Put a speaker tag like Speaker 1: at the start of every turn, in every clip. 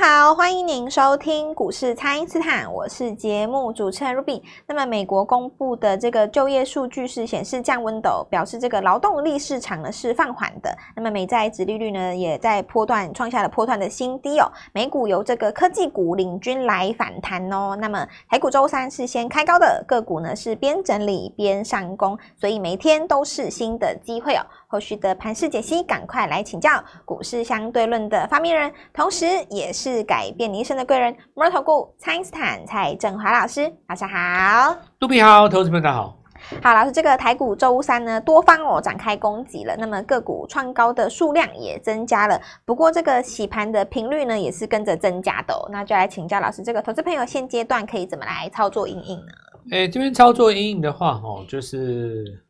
Speaker 1: 好，欢迎您收听股市蔡因斯坦，我是节目主持人 Ruby。那么，美国公布的这个就业数据是显示降温的，表示这个劳动力市场呢是放缓的。那么，美债值利率呢也在波段创下了波段的新低哦。美股由这个科技股领军来反弹哦。那么，台股周三是先开高的，个股呢是边整理边上攻，所以每天都是新的机会哦。后续的盘势解析，赶快来请教股市相对论的发明人，同时也是改变你一生的贵人——摩尔投顾蔡因斯坦蔡振华老师，早上好。
Speaker 2: 杜比好，投资朋友大家好。
Speaker 1: 好，老师，这个台股周三呢，多方哦展开攻击了，那么个股创高的数量也增加了，不过这个洗盘的频率呢，也是跟着增加的、哦。那就来请教老师，这个投资朋友现阶段可以怎么来操作啊应应呢？
Speaker 2: 哎、这边操作阴影的话，哦，就是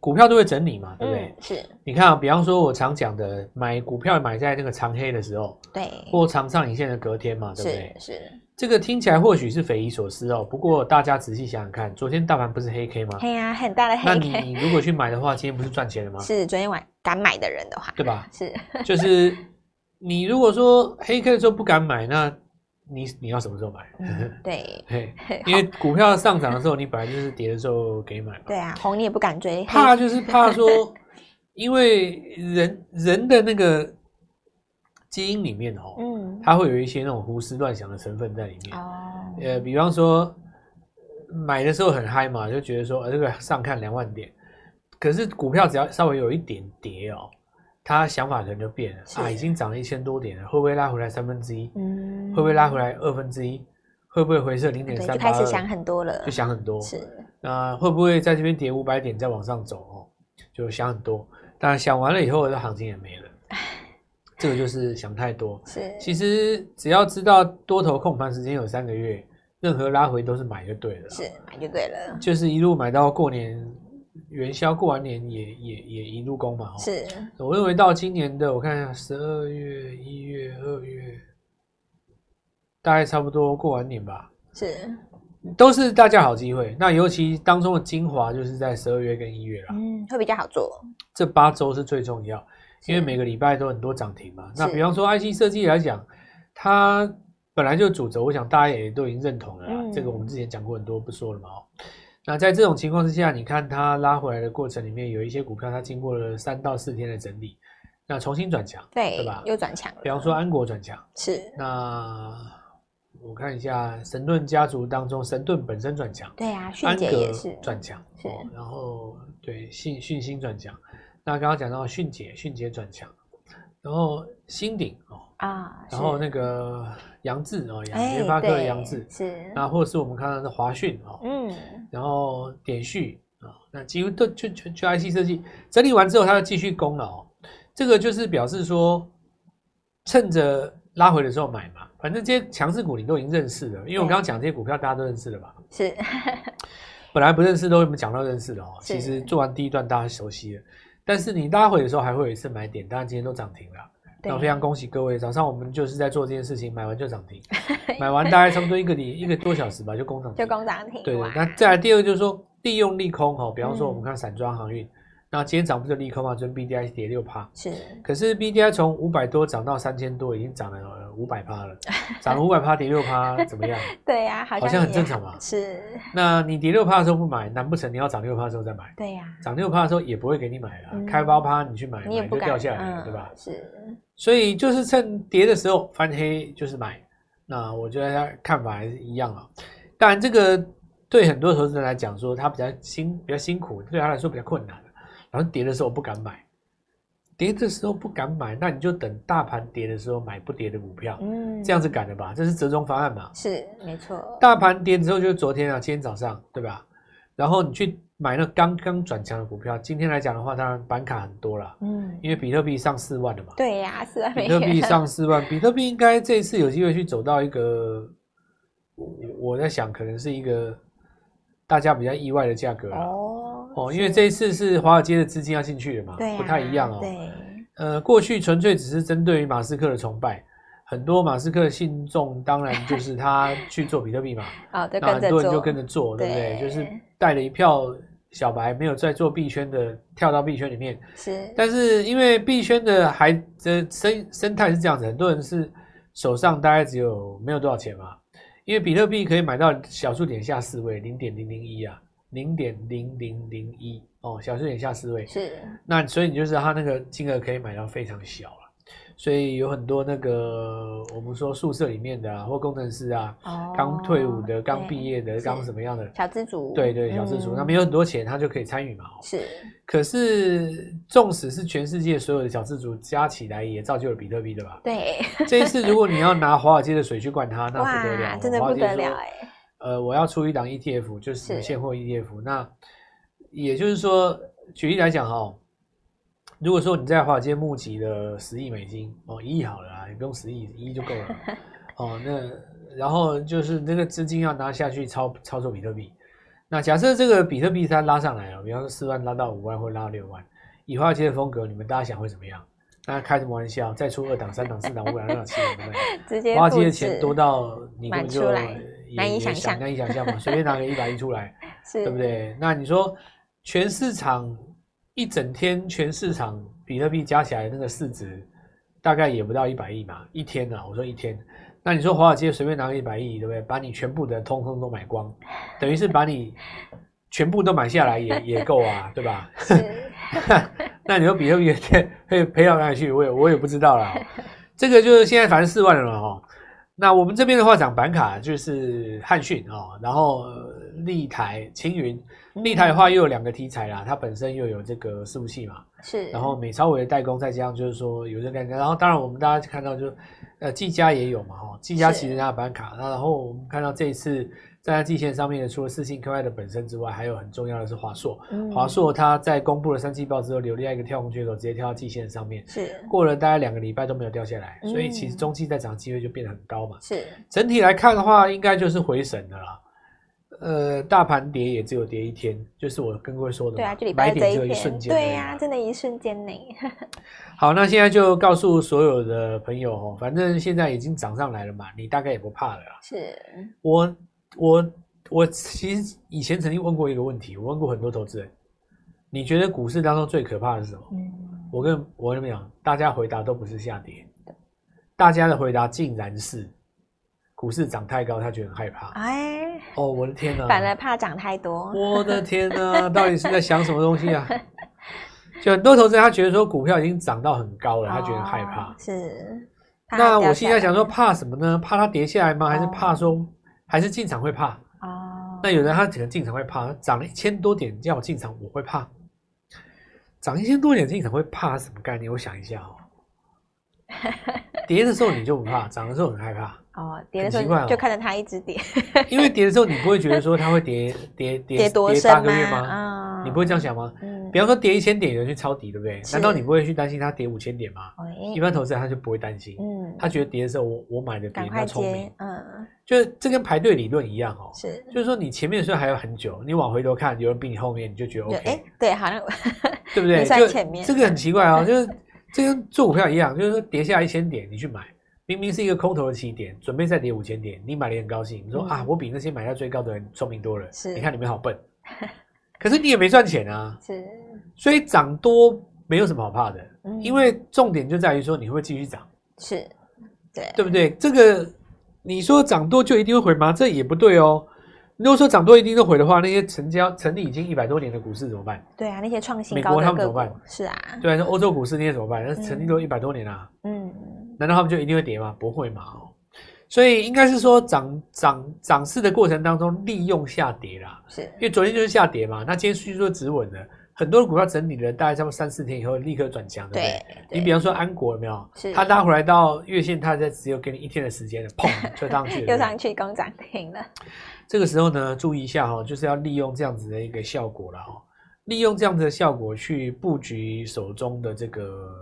Speaker 2: 股票都会整理嘛，对不对？
Speaker 1: 嗯，是
Speaker 2: 你看啊，比方说我常讲的，买股票买在那个长黑的时候，
Speaker 1: 对，
Speaker 2: 或长上影线的隔天嘛，对不
Speaker 1: 是
Speaker 2: 对？
Speaker 1: 是，
Speaker 2: 这个听起来或许是匪夷所思哦，不过大家仔细想想看，昨天大盘不是黑 K 吗？
Speaker 1: 嘿呀、很大的
Speaker 2: 那
Speaker 1: 黑 K，
Speaker 2: 你如果去买的话，今天不是赚钱了吗？
Speaker 1: 是昨天晚敢买的人的话，
Speaker 2: 对吧？
Speaker 1: 是。
Speaker 2: 就是你如果说黑 K 的时候不敢买，那你你要什么时候买？
Speaker 1: 嗯，对，
Speaker 2: 嘿，
Speaker 1: 嘿
Speaker 2: 因为股票上涨的时候，你本来就是跌的时候给买嘛。
Speaker 1: 对啊，红你也不敢追，
Speaker 2: 怕就是怕说，因为人人的那个基因里面哦，
Speaker 1: 嗯，
Speaker 2: 它会有一些那种胡思乱想的成分在里面。
Speaker 1: 哦，
Speaker 2: 呃，比方说买的时候很嗨嘛，就觉得说呃这个上看两万点，可是股票只要稍微有一点跌哦，他想法可能就变了
Speaker 1: 是
Speaker 2: 啊，已经涨了一千多点了，会不会拉回来三分之一？
Speaker 1: 嗯
Speaker 2: 会不会拉回来二分之一？会不会回撤零点
Speaker 1: 对，
Speaker 2: 三
Speaker 1: 就
Speaker 2: 八
Speaker 1: 开
Speaker 2: 二？
Speaker 1: 始想很多了，
Speaker 2: 就想很多。
Speaker 1: 是，
Speaker 2: 那会不会在这边跌五百点再往上走哦？就想很多，但想完了以后，这行情也没了。这个就是想太多。
Speaker 1: 是，
Speaker 2: 其实只要知道多头控盘时间有三个月，任何拉回都是买就对了啦。
Speaker 1: 是买就对了，
Speaker 2: 就是一路买到过年元宵，过完年也也也一路攻嘛、哦。，
Speaker 1: 是
Speaker 2: 我认为到今年的，我看一下，十二月、一月、二月，大概差不多过完年吧。
Speaker 1: 是，
Speaker 2: 都是大家好机会。那尤其当中的精华就是在十二月跟一月啦，
Speaker 1: 嗯，会比较好做，
Speaker 2: 这八周是最重要，因为
Speaker 1: 是
Speaker 2: 每个礼拜都很多涨停嘛。
Speaker 1: 是
Speaker 2: 那比方说 IC 设计来讲，它本来就主轴，我想大家也都已经认同了啦。
Speaker 1: 嗯
Speaker 2: 这个我们之前讲过很多，不说了嘛哦。那在这种情况之下，你看它拉回来的过程里面，有一些股票它经过了三到四天的整理，那重新转强。
Speaker 1: 对
Speaker 2: 对吧，
Speaker 1: 又转强了，
Speaker 2: 比方说安国转强，
Speaker 1: 是，
Speaker 2: 那我看一下神盾家族当中，神盾本身转强。
Speaker 1: 对啊，迅
Speaker 2: 安
Speaker 1: 姐
Speaker 2: 格
Speaker 1: 也是，
Speaker 2: 转强，
Speaker 1: 是
Speaker 2: 哦，然后对讯讯星转强，那刚刚讲到迅捷，迅捷转强，然后新鼎哦，
Speaker 1: 啊，
Speaker 2: 然后
Speaker 1: 是
Speaker 2: 那个杨志哦，杨
Speaker 1: 哎，
Speaker 2: 联发科的
Speaker 1: 对
Speaker 2: 杨志，
Speaker 1: 是，
Speaker 2: 那或者是我们看到的华讯哦，
Speaker 1: 嗯，
Speaker 2: 然后点序啊、哦，那几乎都就就就 IC 设计整理完之后，它要继续攻了哦，这个就是表示说，趁着拉回的时候买嘛，反正这些强势股你都已经认识了，因为我
Speaker 1: 对
Speaker 2: 刚刚讲这些股票大家都认识了吧。
Speaker 1: 是，
Speaker 2: 本来不认识都没讲到认识的哦。
Speaker 1: 是
Speaker 2: 其实做完第一段大家熟悉了，但是你拉回的时候还会有一次买点，当然今天都涨停了。
Speaker 1: 对
Speaker 2: 那非常恭喜各位，早上我们就是在做这件事情，买完就涨停， 买完大概差不多一个礼一个多小时吧，就攻涨停。
Speaker 1: 就工涨停，
Speaker 2: 对对
Speaker 1: 哇，
Speaker 2: 那再来第二个就是说利用利空哦，比方
Speaker 1: 嗯
Speaker 2: 说我们看散装航运，那今天涨不就利空嘛，昨天 B D I 跌六趴。
Speaker 1: 是，
Speaker 2: 可是 B D I 从五百多涨到三千多，已经涨了五百趴了，涨了五百趴跌六趴，怎么样？
Speaker 1: 对呀， 好
Speaker 2: 好
Speaker 1: 像
Speaker 2: 像很
Speaker 1: 也
Speaker 2: 正常嘛
Speaker 1: 是，
Speaker 2: 那你跌六趴的时候不买，难不成你要涨六趴的时候再买？
Speaker 1: 对呀，
Speaker 2: 涨六趴的时候也不会给你买了、
Speaker 1: 嗯
Speaker 2: 开八趴你去买，
Speaker 1: 你也
Speaker 2: 买
Speaker 1: 不
Speaker 2: 就
Speaker 1: 敢，
Speaker 2: 掉下来了，
Speaker 1: 嗯
Speaker 2: 对吧？
Speaker 1: 是，
Speaker 2: 所以就是趁跌的时候翻黑就是买。那我觉得他看法还是一样啊。当然，这个对很多投资人来讲说，他比较辛比较辛苦，对他来说比较困难。啊然后跌的时候不敢买，跌的时候不敢买，那你就等大盘跌的时候买不跌的股票，
Speaker 1: 嗯，
Speaker 2: 这样子赶的吧？这是折中方案嘛？
Speaker 1: 是没错，
Speaker 2: 大盘跌之后就是昨天啊，今天早上对吧？然后你去买那刚刚转强的股票，今天来讲的话，当然板卡很多啦，
Speaker 1: 嗯，
Speaker 2: 因为比特币上四万了嘛，
Speaker 1: 对呀，四万美
Speaker 2: 比特币
Speaker 1: 元，
Speaker 2: 上四万，比特币应该这一次有机会去走到一个，我我在想可能是一个大家比较意外的价格啊。
Speaker 1: 哦
Speaker 2: 哦，因为这一次是华尔街的资金要进去了嘛，
Speaker 1: 对、啊、
Speaker 2: 不太一样哦。
Speaker 1: 对，
Speaker 2: 呃，过去纯粹只是针对于马斯克的崇拜，很多马斯克的信众当然就是他去做比特币嘛，
Speaker 1: 哦，就
Speaker 2: 那
Speaker 1: 跟
Speaker 2: 啊很
Speaker 1: 着
Speaker 2: 多
Speaker 1: 做，
Speaker 2: 人就跟着做，对不对？
Speaker 1: 对
Speaker 2: 就是带了一票小白，没有在做币圈的，跳到币圈里面。
Speaker 1: 是，
Speaker 2: 但是因为币圈的还的生生态是这样子，很多人是手上大概只有没有多少钱嘛，因为比特币可以买到小数点下四位，零点零零一啊，零点零零零一哦，小数点下四位，
Speaker 1: 是
Speaker 2: 那所以你就知道它那个金额可以买到非常小了。所以有很多那个我们说宿舍里面的啊，或工程师啊，
Speaker 1: 哦
Speaker 2: 刚退伍的、刚毕
Speaker 1: 对
Speaker 2: 业的、
Speaker 1: 是
Speaker 2: 刚什么样的，
Speaker 1: 小资族，
Speaker 2: 对对，小资族，
Speaker 1: 嗯
Speaker 2: 那没有很多钱，他就可以参与嘛。哦
Speaker 1: 是？
Speaker 2: 可是，纵使是全世界所有的小资族加起来，也造就了比特币，对吧
Speaker 1: 对，
Speaker 2: 这一次，如果你要拿华尔街的水去灌它，那不得
Speaker 1: 哇
Speaker 2: 了，，哦
Speaker 1: 真的
Speaker 2: 华
Speaker 1: 不
Speaker 2: 尔街
Speaker 1: 得
Speaker 2: 说
Speaker 1: 了哎，
Speaker 2: 呃，我要出一档 ETF，就是
Speaker 1: 是
Speaker 2: 现货 ETF。那也就是说，举例来讲哈、哦，如果说你在华尔街募集了十亿美金，哦，一亿好了啦，你不用十亿，一亿就够了。哦，那然后就是那个资金要拿下去操操作比特币。那假设这个比特币它拉上来了，比方说四万拉到五万或拉到六万，以华尔街的风格，你们大家想会怎么样？大家开什么玩笑？再出二档、三档、四档、五档、六档、七档，对不对？
Speaker 1: 直接
Speaker 2: 华尔街的
Speaker 1: 复
Speaker 2: 钱
Speaker 1: 制
Speaker 2: 多到你根本
Speaker 1: 满
Speaker 2: 就
Speaker 1: 出来
Speaker 2: 也
Speaker 1: 难以
Speaker 2: 也
Speaker 1: 想象
Speaker 2: 难以想象嘛，随便拿个一百亿出来，
Speaker 1: 是，
Speaker 2: 对不？对？那你说全市场一整天，全市场比特币加起来那个市值大概也不到一百亿嘛，一天啊，我说一天。那你说华尔街随便拿个一百亿，对不对？把你全部的通通都买光，等于是把你全部都买下来也也够啊，对吧？
Speaker 1: 是
Speaker 2: 那你说比特币会 会赔到哪里去？我也我也不知道啦。哦这个就是现在反正四万人了哦。那我们这边的话，讲板卡就是汉讯哦，然后呃立台、青云。立台的话又有两个题材啦，它本身又有这个伺服器嘛，
Speaker 1: 是，
Speaker 2: 然后美超伟的代工，再加上就是说有这个概念。然后当然我们大家看到就是，呃，技嘉也有嘛哈、哦，技嘉
Speaker 1: 是
Speaker 2: 其实它的板卡，那然后我们看到这一次站在季线上面的，除了四星 KY 的本身之外，还有很重要的是华硕。
Speaker 1: 嗯
Speaker 2: 华硕它在公布了三季报之后，留下一个跳空缺口，直接跳到季线上面，
Speaker 1: 是
Speaker 2: 过了大概两个礼拜都没有掉下来，所以其
Speaker 1: 嗯
Speaker 2: 实中期再涨的机会就变得很高嘛。
Speaker 1: 是
Speaker 2: 整体来看的话，应该就是回神的啦。呃，大盘跌也只有跌一天，就是我跟各位说的嘛，
Speaker 1: 对啊，就礼
Speaker 2: 嗯买
Speaker 1: 拜
Speaker 2: 点
Speaker 1: 这
Speaker 2: 只有一
Speaker 1: 天
Speaker 2: 瞬，间而已嘛，
Speaker 1: 对呀，真的，一瞬间呢，
Speaker 2: 好，那现在就告诉所有的朋友哦，反正现在已经涨上来了嘛，你大概也不怕了啦。
Speaker 1: 是，
Speaker 2: 我我我其实以前曾经问过一个问题，我问过很多投资人，你觉得股市当中最可怕的是什么？
Speaker 1: 嗯，
Speaker 2: 我跟我跟你们讲，大家回答都不是下跌，大家的回答竟然是股市涨太高，他觉得很害怕。
Speaker 1: 哎，
Speaker 2: 哦，我 的天哪、
Speaker 1: 反而怕涨太多，
Speaker 2: 我的天呐，到底是在想什么东西啊？就很多投资人他觉得说股票已经涨到很高了，他觉得很害怕
Speaker 1: 哦。是。怕它
Speaker 2: 那
Speaker 1: 掉
Speaker 2: 我
Speaker 1: 下
Speaker 2: 现在
Speaker 1: 来
Speaker 2: 想说，怕什么呢？怕它跌下来吗？还是
Speaker 1: 哦
Speaker 2: 怕说，还是进场会怕？
Speaker 1: 哦，
Speaker 2: 那有人他可能进场会怕，涨了一千多点叫我进场，我会怕。涨一千多点进场会怕是什么概念？我想一下哦。跌的时候你就不 怕，涨的时候很害怕，
Speaker 1: 哦，跌
Speaker 2: 很
Speaker 1: 的时
Speaker 2: 奇怪
Speaker 1: 候
Speaker 2: 哦
Speaker 1: 就看着它一直跌，
Speaker 2: 因为跌的时候你不会觉得说它 会跌跌跌
Speaker 1: 跌多深
Speaker 2: 八个月吗？
Speaker 1: 啊，
Speaker 2: 你不会这样想吗？
Speaker 1: 嗯，
Speaker 2: 比方说跌一千点，有人去抄底，对不对？
Speaker 1: 是
Speaker 2: 难道你不会去担心它跌五千点吗？
Speaker 1: 哦
Speaker 2: 一般投资人他就不会担心，
Speaker 1: 嗯，
Speaker 2: 他觉得跌的时候我我买的比
Speaker 1: 赶
Speaker 2: 人
Speaker 1: 快
Speaker 2: 家聪明
Speaker 1: 接，，嗯，
Speaker 2: 就是这跟排队理论一样哦，
Speaker 1: 是，
Speaker 2: 就是说你前面虽然还有很久，你往回头看，有人比你后面，你就觉得
Speaker 1: 就
Speaker 2: OK，、
Speaker 1: 哎，对，好像
Speaker 2: 对不对？
Speaker 1: 你算
Speaker 2: 就
Speaker 1: 前面
Speaker 2: 这个很奇怪 哦，就是这跟做股票一样，就是说跌下一千点你去买，明明是一个空头的起点，准备再跌五千点，你买的很高兴，你说、
Speaker 1: 嗯
Speaker 2: 啊，我比那些买到最高的人聪明多了，
Speaker 1: 是
Speaker 2: 你看你们好 笨，可是你也没赚钱啊，
Speaker 1: 是，
Speaker 2: 所以涨多没有什么好怕的，
Speaker 1: 嗯
Speaker 2: 因为重点就在于说你会不会继续涨。
Speaker 1: 是，对，
Speaker 2: 对不对？这个你说涨多就一定会回吗？这也不对哦。如果说涨多一定都回的话，那些成交成立已经一百多年的股市怎么办？
Speaker 1: 对啊，那些创新
Speaker 2: 美
Speaker 1: 高
Speaker 2: 国他
Speaker 1: 的
Speaker 2: 们
Speaker 1: 个
Speaker 2: 怎么
Speaker 1: 股，是啊，
Speaker 2: 对啊，那欧洲股市那些怎么办？那成立都一百多年啦、啊
Speaker 1: 嗯，
Speaker 2: 难道他们就一定会跌吗？不会嘛哦。所以应该是说涨涨涨势的过程当中利用下跌啦，
Speaker 1: 是
Speaker 2: 因为昨天就是下跌嘛，那今天续做止稳了，很多股票整理了大概差不多三四天以后立刻转强，对不对
Speaker 1: 对？，
Speaker 2: 你
Speaker 1: 对
Speaker 2: 比方说安国有没有
Speaker 1: 是？
Speaker 2: 它拉回来到月线，它在只有给你一天的时间了，砰 就上去了。
Speaker 1: 又上去攻涨停了，
Speaker 2: 这个时候呢，注意一下哈、哦，就是要利用这样子的一个效果了哦，利用这样子的效果去布局手中的这个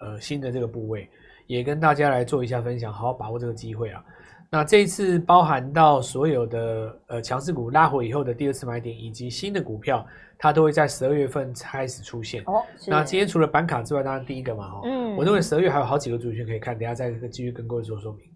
Speaker 2: 呃新的这个部位，也跟大家来做一下分享，好好把握这个机会啊。那这一次包含到所有的呃强势股拉回以后的第二次买点，以及新的股票，它都会在十二月份开始出现。
Speaker 1: 哦，是
Speaker 2: 那今天除了板卡之外，当然第一个嘛哈、哦，
Speaker 1: 嗯
Speaker 2: 我认为十二月还有好几个族群可以看，等一下再继续跟各位做说明。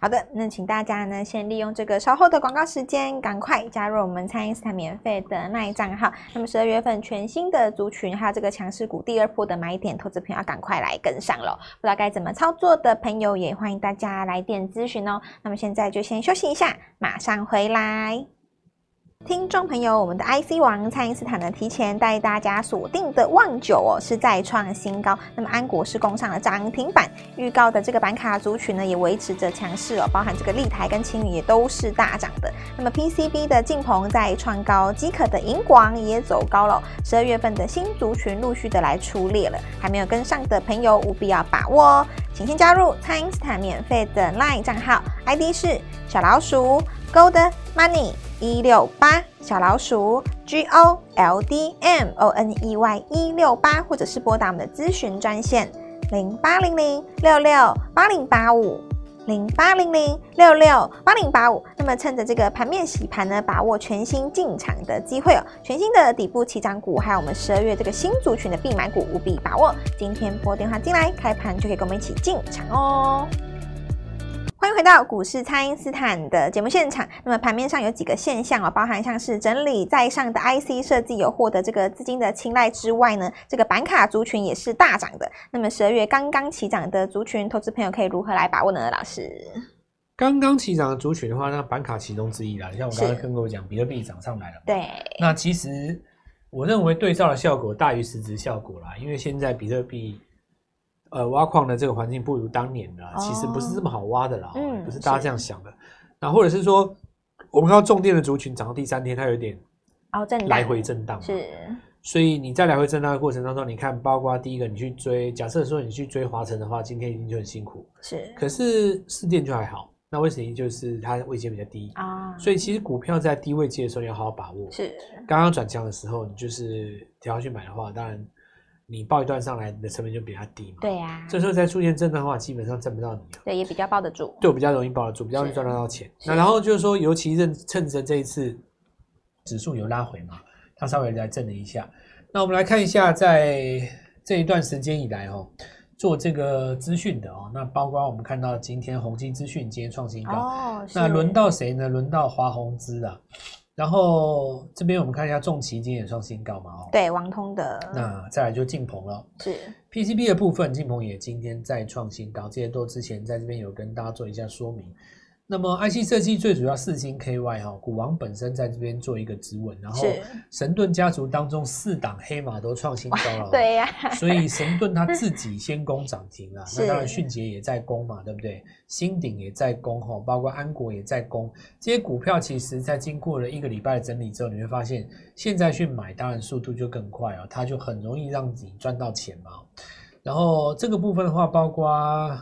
Speaker 1: 好的，那请大家呢先利用这个稍后的广告时间，赶快加入我们蔡因斯坦免费的那一账号。那么十二月份全新的族群，还有这个强势股第二波的买点，投资朋友要赶快来跟上喽！不知道该怎么操作的朋友，也欢迎大家来电咨询哦。那么现在就先休息一下，马上回来。听众朋友，我们的 IC 王蔡因斯坦呢，提前带大家锁定的望九哦，是再创新高。那么安国是攻上了涨停板，预告的这个板卡族群呢，也维持着强势哦，包含这个立台跟青宇也都是大涨的。那么 PCB 的晋鹏在创高，即可的银广也走高了哦。十二月份的新族群陆续的来出列了，还没有跟上的朋友务必要把握哦。请先加入蔡因斯坦免费的 LINE 账号，ID 是小老鼠 Gold Money 一六八，小老鼠 G O L D M O N E Y 一六八，或者是拨打我们的咨询专线零八零零六六八零八五。零八零零六六八零八五。那么趁着这个盘面洗盘呢，把握全新进场的机会哦，全新的底部起涨股，还有我们十二月这个新族群的必买股，务必把握。今天拨电话进来，开盘就可以跟我们一起进场哦。欢迎回到股市，蔡因斯坦的节目现场。那么盘面上有几个现象哦，包含像是整理在上的 IC 设计有获得这个资金的青睐之外呢，这个板卡族群也是大涨的。那么十二月刚刚起涨的族群，投资朋友可以如何来把握呢？老师，
Speaker 2: 刚刚起涨的族群的话，那板卡其中之一啦。像我刚刚
Speaker 1: 是
Speaker 2: 跟各位讲，比特币涨上来了嘛，
Speaker 1: 对，
Speaker 2: 那其实我认为对照的效果大于实质效果啦，因为现在比特币呃挖矿的这个环境不如当年了，
Speaker 1: 哦
Speaker 2: 其实不是这么好挖的啦，哦
Speaker 1: 嗯
Speaker 2: 不是大家这样想的。那或者是说，我们看到重电的族群涨到第三天，它有点
Speaker 1: 哦，震荡
Speaker 2: 来回震荡嘛，
Speaker 1: 是
Speaker 2: 所以你在来回震荡的过程当中，你看，包括第一个你去追，假设说你去追华晨的话，今天一定就很辛苦，
Speaker 1: 是
Speaker 2: 可是市电就还好，那为什么就是它位阶比较低？
Speaker 1: 啊，
Speaker 2: 所以其实股票在低位阶的时候，你要好好把握。
Speaker 1: 是
Speaker 2: 刚刚转强的时候，你就是调下去买的话，当然你报一段上来，你的成本就比它低嘛。
Speaker 1: 对，呀、
Speaker 2: 这时候再出现震荡的话，基本上挣不到你了。
Speaker 1: 对也比较抱得住，
Speaker 2: 对我比较容易抱得住，比较容易
Speaker 1: 是
Speaker 2: 赚得到钱。
Speaker 1: 是
Speaker 2: 那然后就是说，尤其趁趁着这一次指数有拉回嘛，它稍微来震了一下。那我们来看一下，在这一段时间以来哦，做这个资讯的哦，那包括我们看到今天宏基资讯今天创新高，
Speaker 1: 哦，是
Speaker 2: 那轮到谁呢？轮到华宏资啊。然后这边我们看一下重旗今天也创新高嘛哦，
Speaker 1: 对王通的
Speaker 2: 那再来就进鹏了。
Speaker 1: 是
Speaker 2: PCB 的部分，金鹏也今天再创新高，这些都之前在这边有跟大家做一下说明。那么 IC 设计最主要四星 KY 哈、股王本身在这边做一个质稳，然后
Speaker 1: 是，
Speaker 2: 神盾家族当中四档黑马都创新高了、，
Speaker 1: 对呀、
Speaker 2: 所以神盾它自己先攻涨停了，
Speaker 1: 是
Speaker 2: 那当然迅捷也在攻嘛，对不对？新鼎也在攻哈，包括安国也在攻，这些股票其实在经过了一个礼拜的整理之后，你会发现现在去买，当然速度就更快哦，它就很容易让你赚到钱嘛。然后这个部分的话，包括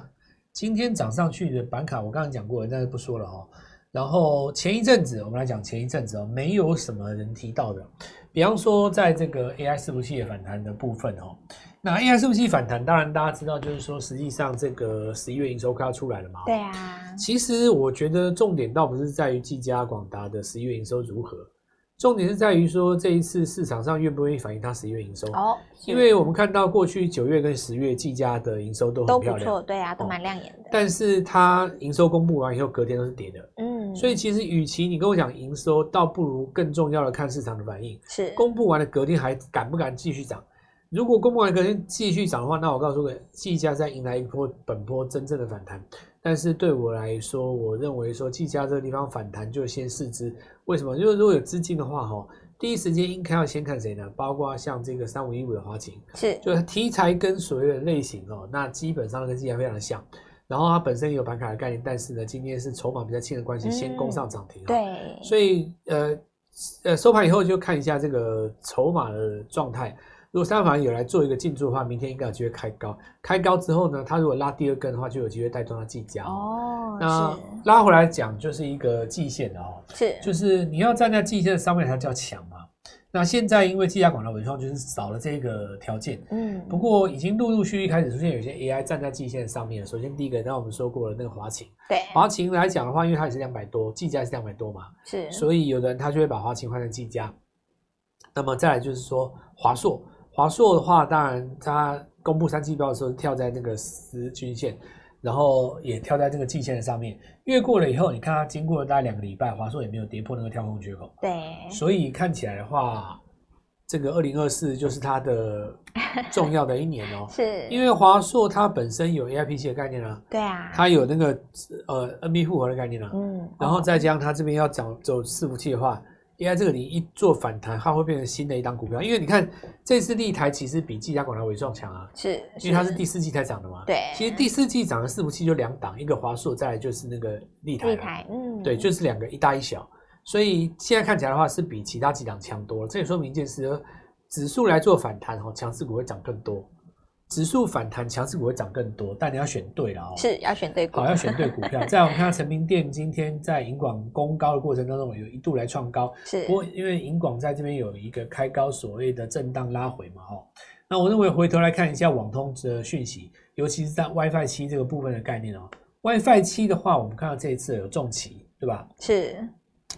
Speaker 2: 今天涨上去的板卡，我刚刚讲过了，但是不说了哦。然后前一阵子，我们来讲前一阵子哦，没有什么人提到的，比方说在这个 AI 伺服器的反弹的部分哦，那 AI 伺服器反弹，当然大家知道，就是说实际上这个十一月营收快要出来了嘛。
Speaker 1: 对。呀、
Speaker 2: 其实我觉得重点倒不是在于技嘉、广达的十一月营收如何，重点是在于说这一次市场上愿不愿意反映它十一月营收。
Speaker 1: 哦，是
Speaker 2: 因为我们看到过去九月跟十月技嘉的营收都
Speaker 1: 都
Speaker 2: 很漂
Speaker 1: 不错，
Speaker 2: 亮，
Speaker 1: 对啊，都
Speaker 2: 哦
Speaker 1: 蛮亮眼的。
Speaker 2: 但是它营收公布完以后隔天都是跌的，
Speaker 1: 嗯，
Speaker 2: 所以其实与其你跟我讲营收，倒不如更重要的看市场的反应。
Speaker 1: 是
Speaker 2: 公布完了隔天还敢不敢继续涨？如果公布完隔天继续涨的话，那我告诉各位，技嘉再迎来一波本波真正的反弹。但是对我来说，我认为说技嘉这个地方反弹就先试之。为什么？因为如果有资金的话，哈，第一时间应该要先看谁呢？包括像这个三五一五的华勤，
Speaker 1: 是
Speaker 2: 就是题材跟所谓的类型哦，那基本上跟技嘉非常的像。然后它本身也有板卡的概念，但是呢，今天是筹码比较轻的关系，先攻上涨停、哦。
Speaker 1: 嗯对，
Speaker 2: 所以呃呃收盘以后就看一下这个筹码的状态。如果三反有来做一个进驻的话，明天应该有机会开高。开高之后呢，它如果拉第二根的话，就有机会带动它技价。那
Speaker 1: 哦，
Speaker 2: 拉回来讲就是一个季线的哦，
Speaker 1: 是是
Speaker 2: 就是你要站在季线上面才叫强嘛。那现在因为技嘉广的文创就是少了这个条件，
Speaker 1: 嗯，
Speaker 2: 不过已经陆陆续续开始出现有一些 AI 站在季线上面了。首先第一个，刚刚我们说过了那个华勤，
Speaker 1: 对
Speaker 2: 华勤来讲的话，因为它也是两百多，技嘉也是两百多嘛，
Speaker 1: 是
Speaker 2: 所以有的人他就会把华勤换成技嘉。那么再来就是说华硕，华硕的话，当然它公布三季报的时候跳在那个十均线，然后也跳在这个季线的上面，越过了以后，你看它经过了大概两个礼拜，华硕也没有跌破那个跳空缺口，
Speaker 1: 对，
Speaker 2: 所以看起来的话，这个二零二四就是它的重要的一年哦，
Speaker 1: 是，
Speaker 2: 因为华硕它本身有 AIPC 的概念啊，
Speaker 1: 对啊，
Speaker 2: 它有那个呃 NB 复合的概念啊，
Speaker 1: 嗯，
Speaker 2: 然后再加上它这边要走走伺服器的话，AI 这个你一做反弹，它会变成新的一档股票。因为你看这次立台其实比技嘉、广达、伟创强啊，
Speaker 1: 是，
Speaker 2: 因为它是第四季才涨的嘛。
Speaker 1: 对
Speaker 2: 其实第四季涨的伺服器就两档，一个华硕，再来就是那个立台。
Speaker 1: 立。台，嗯，
Speaker 2: 对，就是两个一大一小，所以现在看起来的话是比其他几档强多了。这也说明一件事，指数来做反弹哦，强势股会涨更多。指数反弹，强势股会涨更多，但你要选对了哦。
Speaker 1: 是要选对股
Speaker 2: 好，，要选对股票。 再来我们看到成品店今天在银广攻高的过程当中，有一度来创高，
Speaker 1: 是
Speaker 2: 不，过因为银广在这边有一个开高所谓的震荡拉回嘛，哦，那我认为回头来看一下网通的讯息，尤其是在 WiFi 七这个部分的概念哦。WiFi 七的话，我们看到这一次有重旗，对吧？
Speaker 1: 是，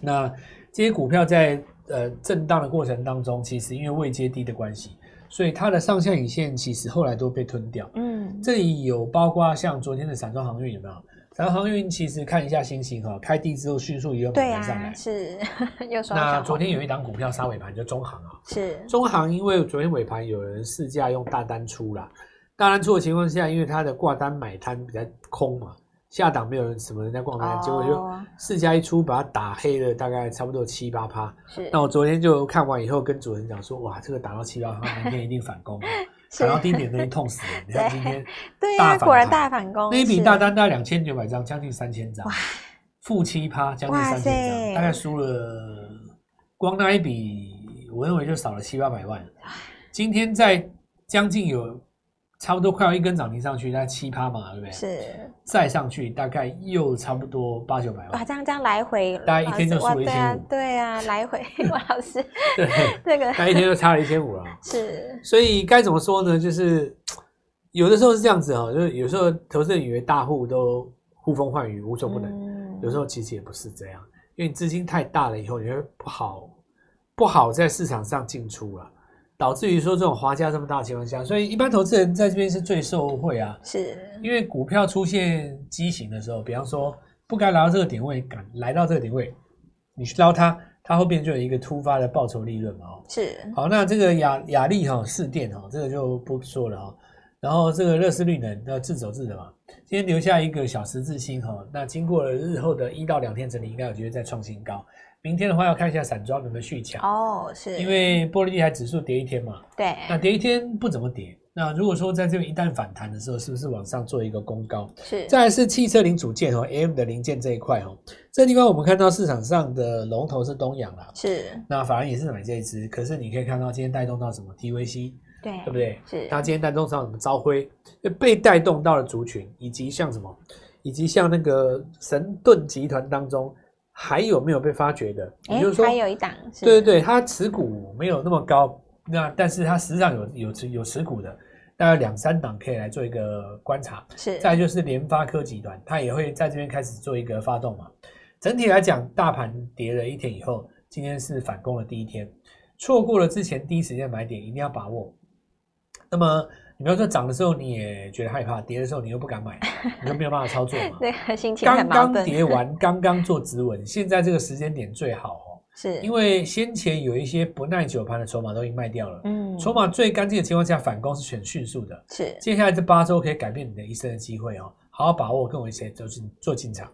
Speaker 2: 那这些股票在呃震荡的过程当中，其实因为未接低的关系，所以它的上下影线其实后来都被吞掉。
Speaker 1: 嗯，
Speaker 2: 这里有包括像昨天的散装航运有没有？散装航运其实看一下星星哈，开低之后迅速也有
Speaker 1: 对
Speaker 2: 反弹上
Speaker 1: 啊，
Speaker 2: 来。
Speaker 1: 是， 又说
Speaker 2: 那昨天有一档股票杀尾盘，就中航啊。
Speaker 1: 是，
Speaker 2: 中航因为昨天尾盘有人试驾用大单出啦，大单出的情况下，因为它的挂单买单比较空嘛，下档没有人什么人在逛单，结果就
Speaker 1: 哦
Speaker 2: 试驾一出，把它打黑了，大概差不多七八趴。
Speaker 1: 是，
Speaker 2: 那我昨天就看完以后跟主人讲说，哇，这个打到七八趴，明天一定反攻啊，
Speaker 1: 是
Speaker 2: 打到低点那天痛死了。你看今 天。
Speaker 1: 对
Speaker 2: 大
Speaker 1: 啊，
Speaker 2: 反
Speaker 1: 果然大
Speaker 2: 弹
Speaker 1: 反攻，
Speaker 2: 那一笔
Speaker 1: 是
Speaker 2: 大单大概两千九百张，将近三千张，负七趴，将近
Speaker 1: 哇
Speaker 2: 三千张，
Speaker 1: 塞
Speaker 2: 大概输了，光那一笔，我认为就少了七八百万。今天在将近有差不多快要一根涨停上去，大概七趴嘛，对不对？
Speaker 1: 是，
Speaker 2: 再上去大概又差不多八九百
Speaker 1: 哇，
Speaker 2: 万，
Speaker 1: 这样这样来回，
Speaker 2: 大概一天就
Speaker 1: 老师哇
Speaker 2: 输了
Speaker 1: 对啊
Speaker 2: 1500，
Speaker 1: 对啊，来 回，哇，老师，
Speaker 2: 对，
Speaker 1: 这个
Speaker 2: 那一天就差了一千五了。
Speaker 1: 是
Speaker 2: 所以该怎么说呢？就是有的时候是这样子哦，就是有时候投资人以为大户都呼风唤雨，无所不能。
Speaker 1: 能
Speaker 2: 有时候其实也不是这样，因为你资金太大了以后，你会不好不好在市场上进出了、导致于说这种滑价这么大的情况下，所以一般投资人在这边是最受惠啊，
Speaker 1: 是
Speaker 2: 因为股票出现畸形的时候，比方说不该来到这个点位，敢来到这个点位，你去捞它，它后面就有一个突发的报酬利润嘛哦。
Speaker 1: 是，
Speaker 2: 好，那这个雅雅力哈、四电哈、这个就不说了哈、然后这个乐视绿能要自走自的嘛，今天留下一个小十字星哈、那经过了日后的一到两天整理，应该我觉得再创新高。明天的话要看一下散装能不能续强，
Speaker 1: 哦，是
Speaker 2: 因为玻璃地台指数跌一天嘛，
Speaker 1: 对，
Speaker 2: 那跌一天不怎么跌。那如果说在这边一旦反弹的时候，是不是往上做一个攻高？
Speaker 1: 是
Speaker 2: 再来是汽车零组件哦，AM 的零件这一块哦，这地方我们看到市场上的龙头是东阳啦，
Speaker 1: 是，
Speaker 2: 那法人也是买这一支，可是你可以看到今天带动到什么 TVC，
Speaker 1: 对
Speaker 2: 对不对？
Speaker 1: 是
Speaker 2: 它今天带动到什么朝晖，就被带动到了族群，以及像什么，以及像那个神盾集团当中还有没有被发掘的？也
Speaker 1: 哎
Speaker 2: 就是，说，
Speaker 1: 还有一档是，
Speaker 2: 对对对，它持股没有那么高，那但是它实际上有有持有持股的，大概两三档可以来做一个观察。
Speaker 1: 是。
Speaker 2: 再来就是联发科集团，它也会在这边开始做一个发动嘛。整体来讲，大盘跌了一天以后，今天是反攻的第一天，错过了之前第一时间买点，一定要把握。那么你不要说涨的时候你也觉得害怕，跌的时候你又不敢买，你就没有办法操作嘛
Speaker 1: 这个心情很
Speaker 2: 刚
Speaker 1: 矛
Speaker 2: 刚
Speaker 1: 盾，
Speaker 2: 跌完， 刚刚做止稳，现在这个时间点最好哦，
Speaker 1: 是
Speaker 2: 因为先前有一些不耐久盘的筹码都已经卖掉了，
Speaker 1: 嗯，
Speaker 2: 筹码最干净的情况下反攻是很迅速的。
Speaker 1: 是
Speaker 2: 接下来这八周可以改变你的一生的机会哦，好好把握，跟我一起走进做进场。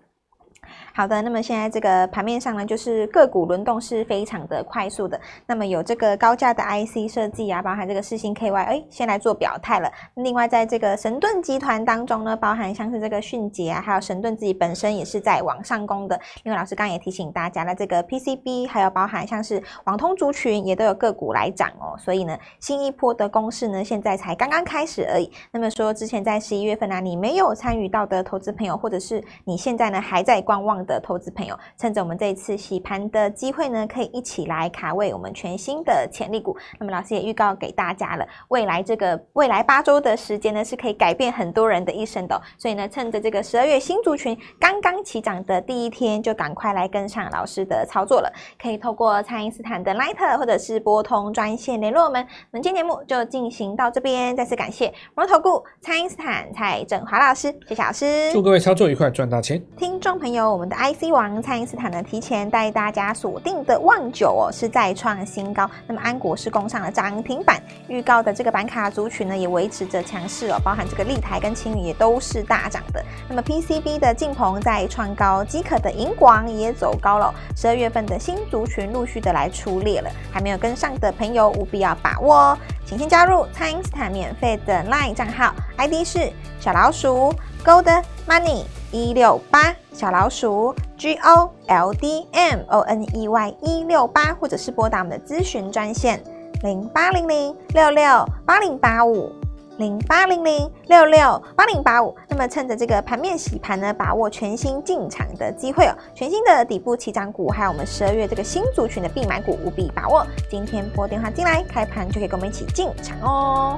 Speaker 1: 好的，那么现在这个盘面上呢，就是个股轮动是非常的快速的。那么有这个高价的 IC 设计啊，包含这个世星 KY，哎，先来做表态了。另外，在这个神盾集团当中呢，包含像是这个迅捷啊，还有神盾自己本身也是在往上攻的。因为老师刚刚也提醒大家了，这个 PCB 还有包含像是网通族群也都有个股来涨哦，所以呢，新一波的攻势呢，现在才刚刚开始而已。那么说，之前在十一月份啊，你没有参与到的投资朋友，或者是你现在呢还在观望望的投资朋友，趁着我们这一次洗盘的机会呢，可以一起来卡位我们全新的潜力股。那么老师也预告给大家了，未来这个未来八周的时间呢，是可以改变很多人的一生的哦、所以呢，趁着这个十二月新族群刚刚起涨的第一天，就赶快来跟上老师的操作了。可以透过蔡因斯坦的 Line 或者是拨通专线联络我们。本期节目就进行到这边，再次感谢摩投顾蔡因斯坦蔡振华老师，谢谢老师。
Speaker 2: 祝各位操作愉快，赚大钱！
Speaker 1: 听众朋友，我们的 IC 王蔡因斯坦呢，提前带大家锁定的望九哦，是再创新高。那么安国是攻上了涨停板，预告的这个板卡族群呢，也维持着强势哦，包含这个立台跟青宇也都是大涨的。那么 PCB 的晋鹏在创高，机可的银广也走高了哦。十二月份的新族群陆续的来出列了，还没有跟上的朋友务必要把握哦。请先加入蔡因斯坦免费的 LINE 账号，ID 是小老鼠 Gold Money 一六八，小老鼠 G O L D M O N E Y 一六八，或者是拨打我们的咨询专线零八零零六六八零八五。零八零零六六八零八五。那么趁着这个盘面洗盘呢，把握全新进场的机会哦，全新的底部起涨股，还有我们十二月这个新族群的必买股，务必把握。今天拨电话进来，开盘就可以跟我们一起进场哦。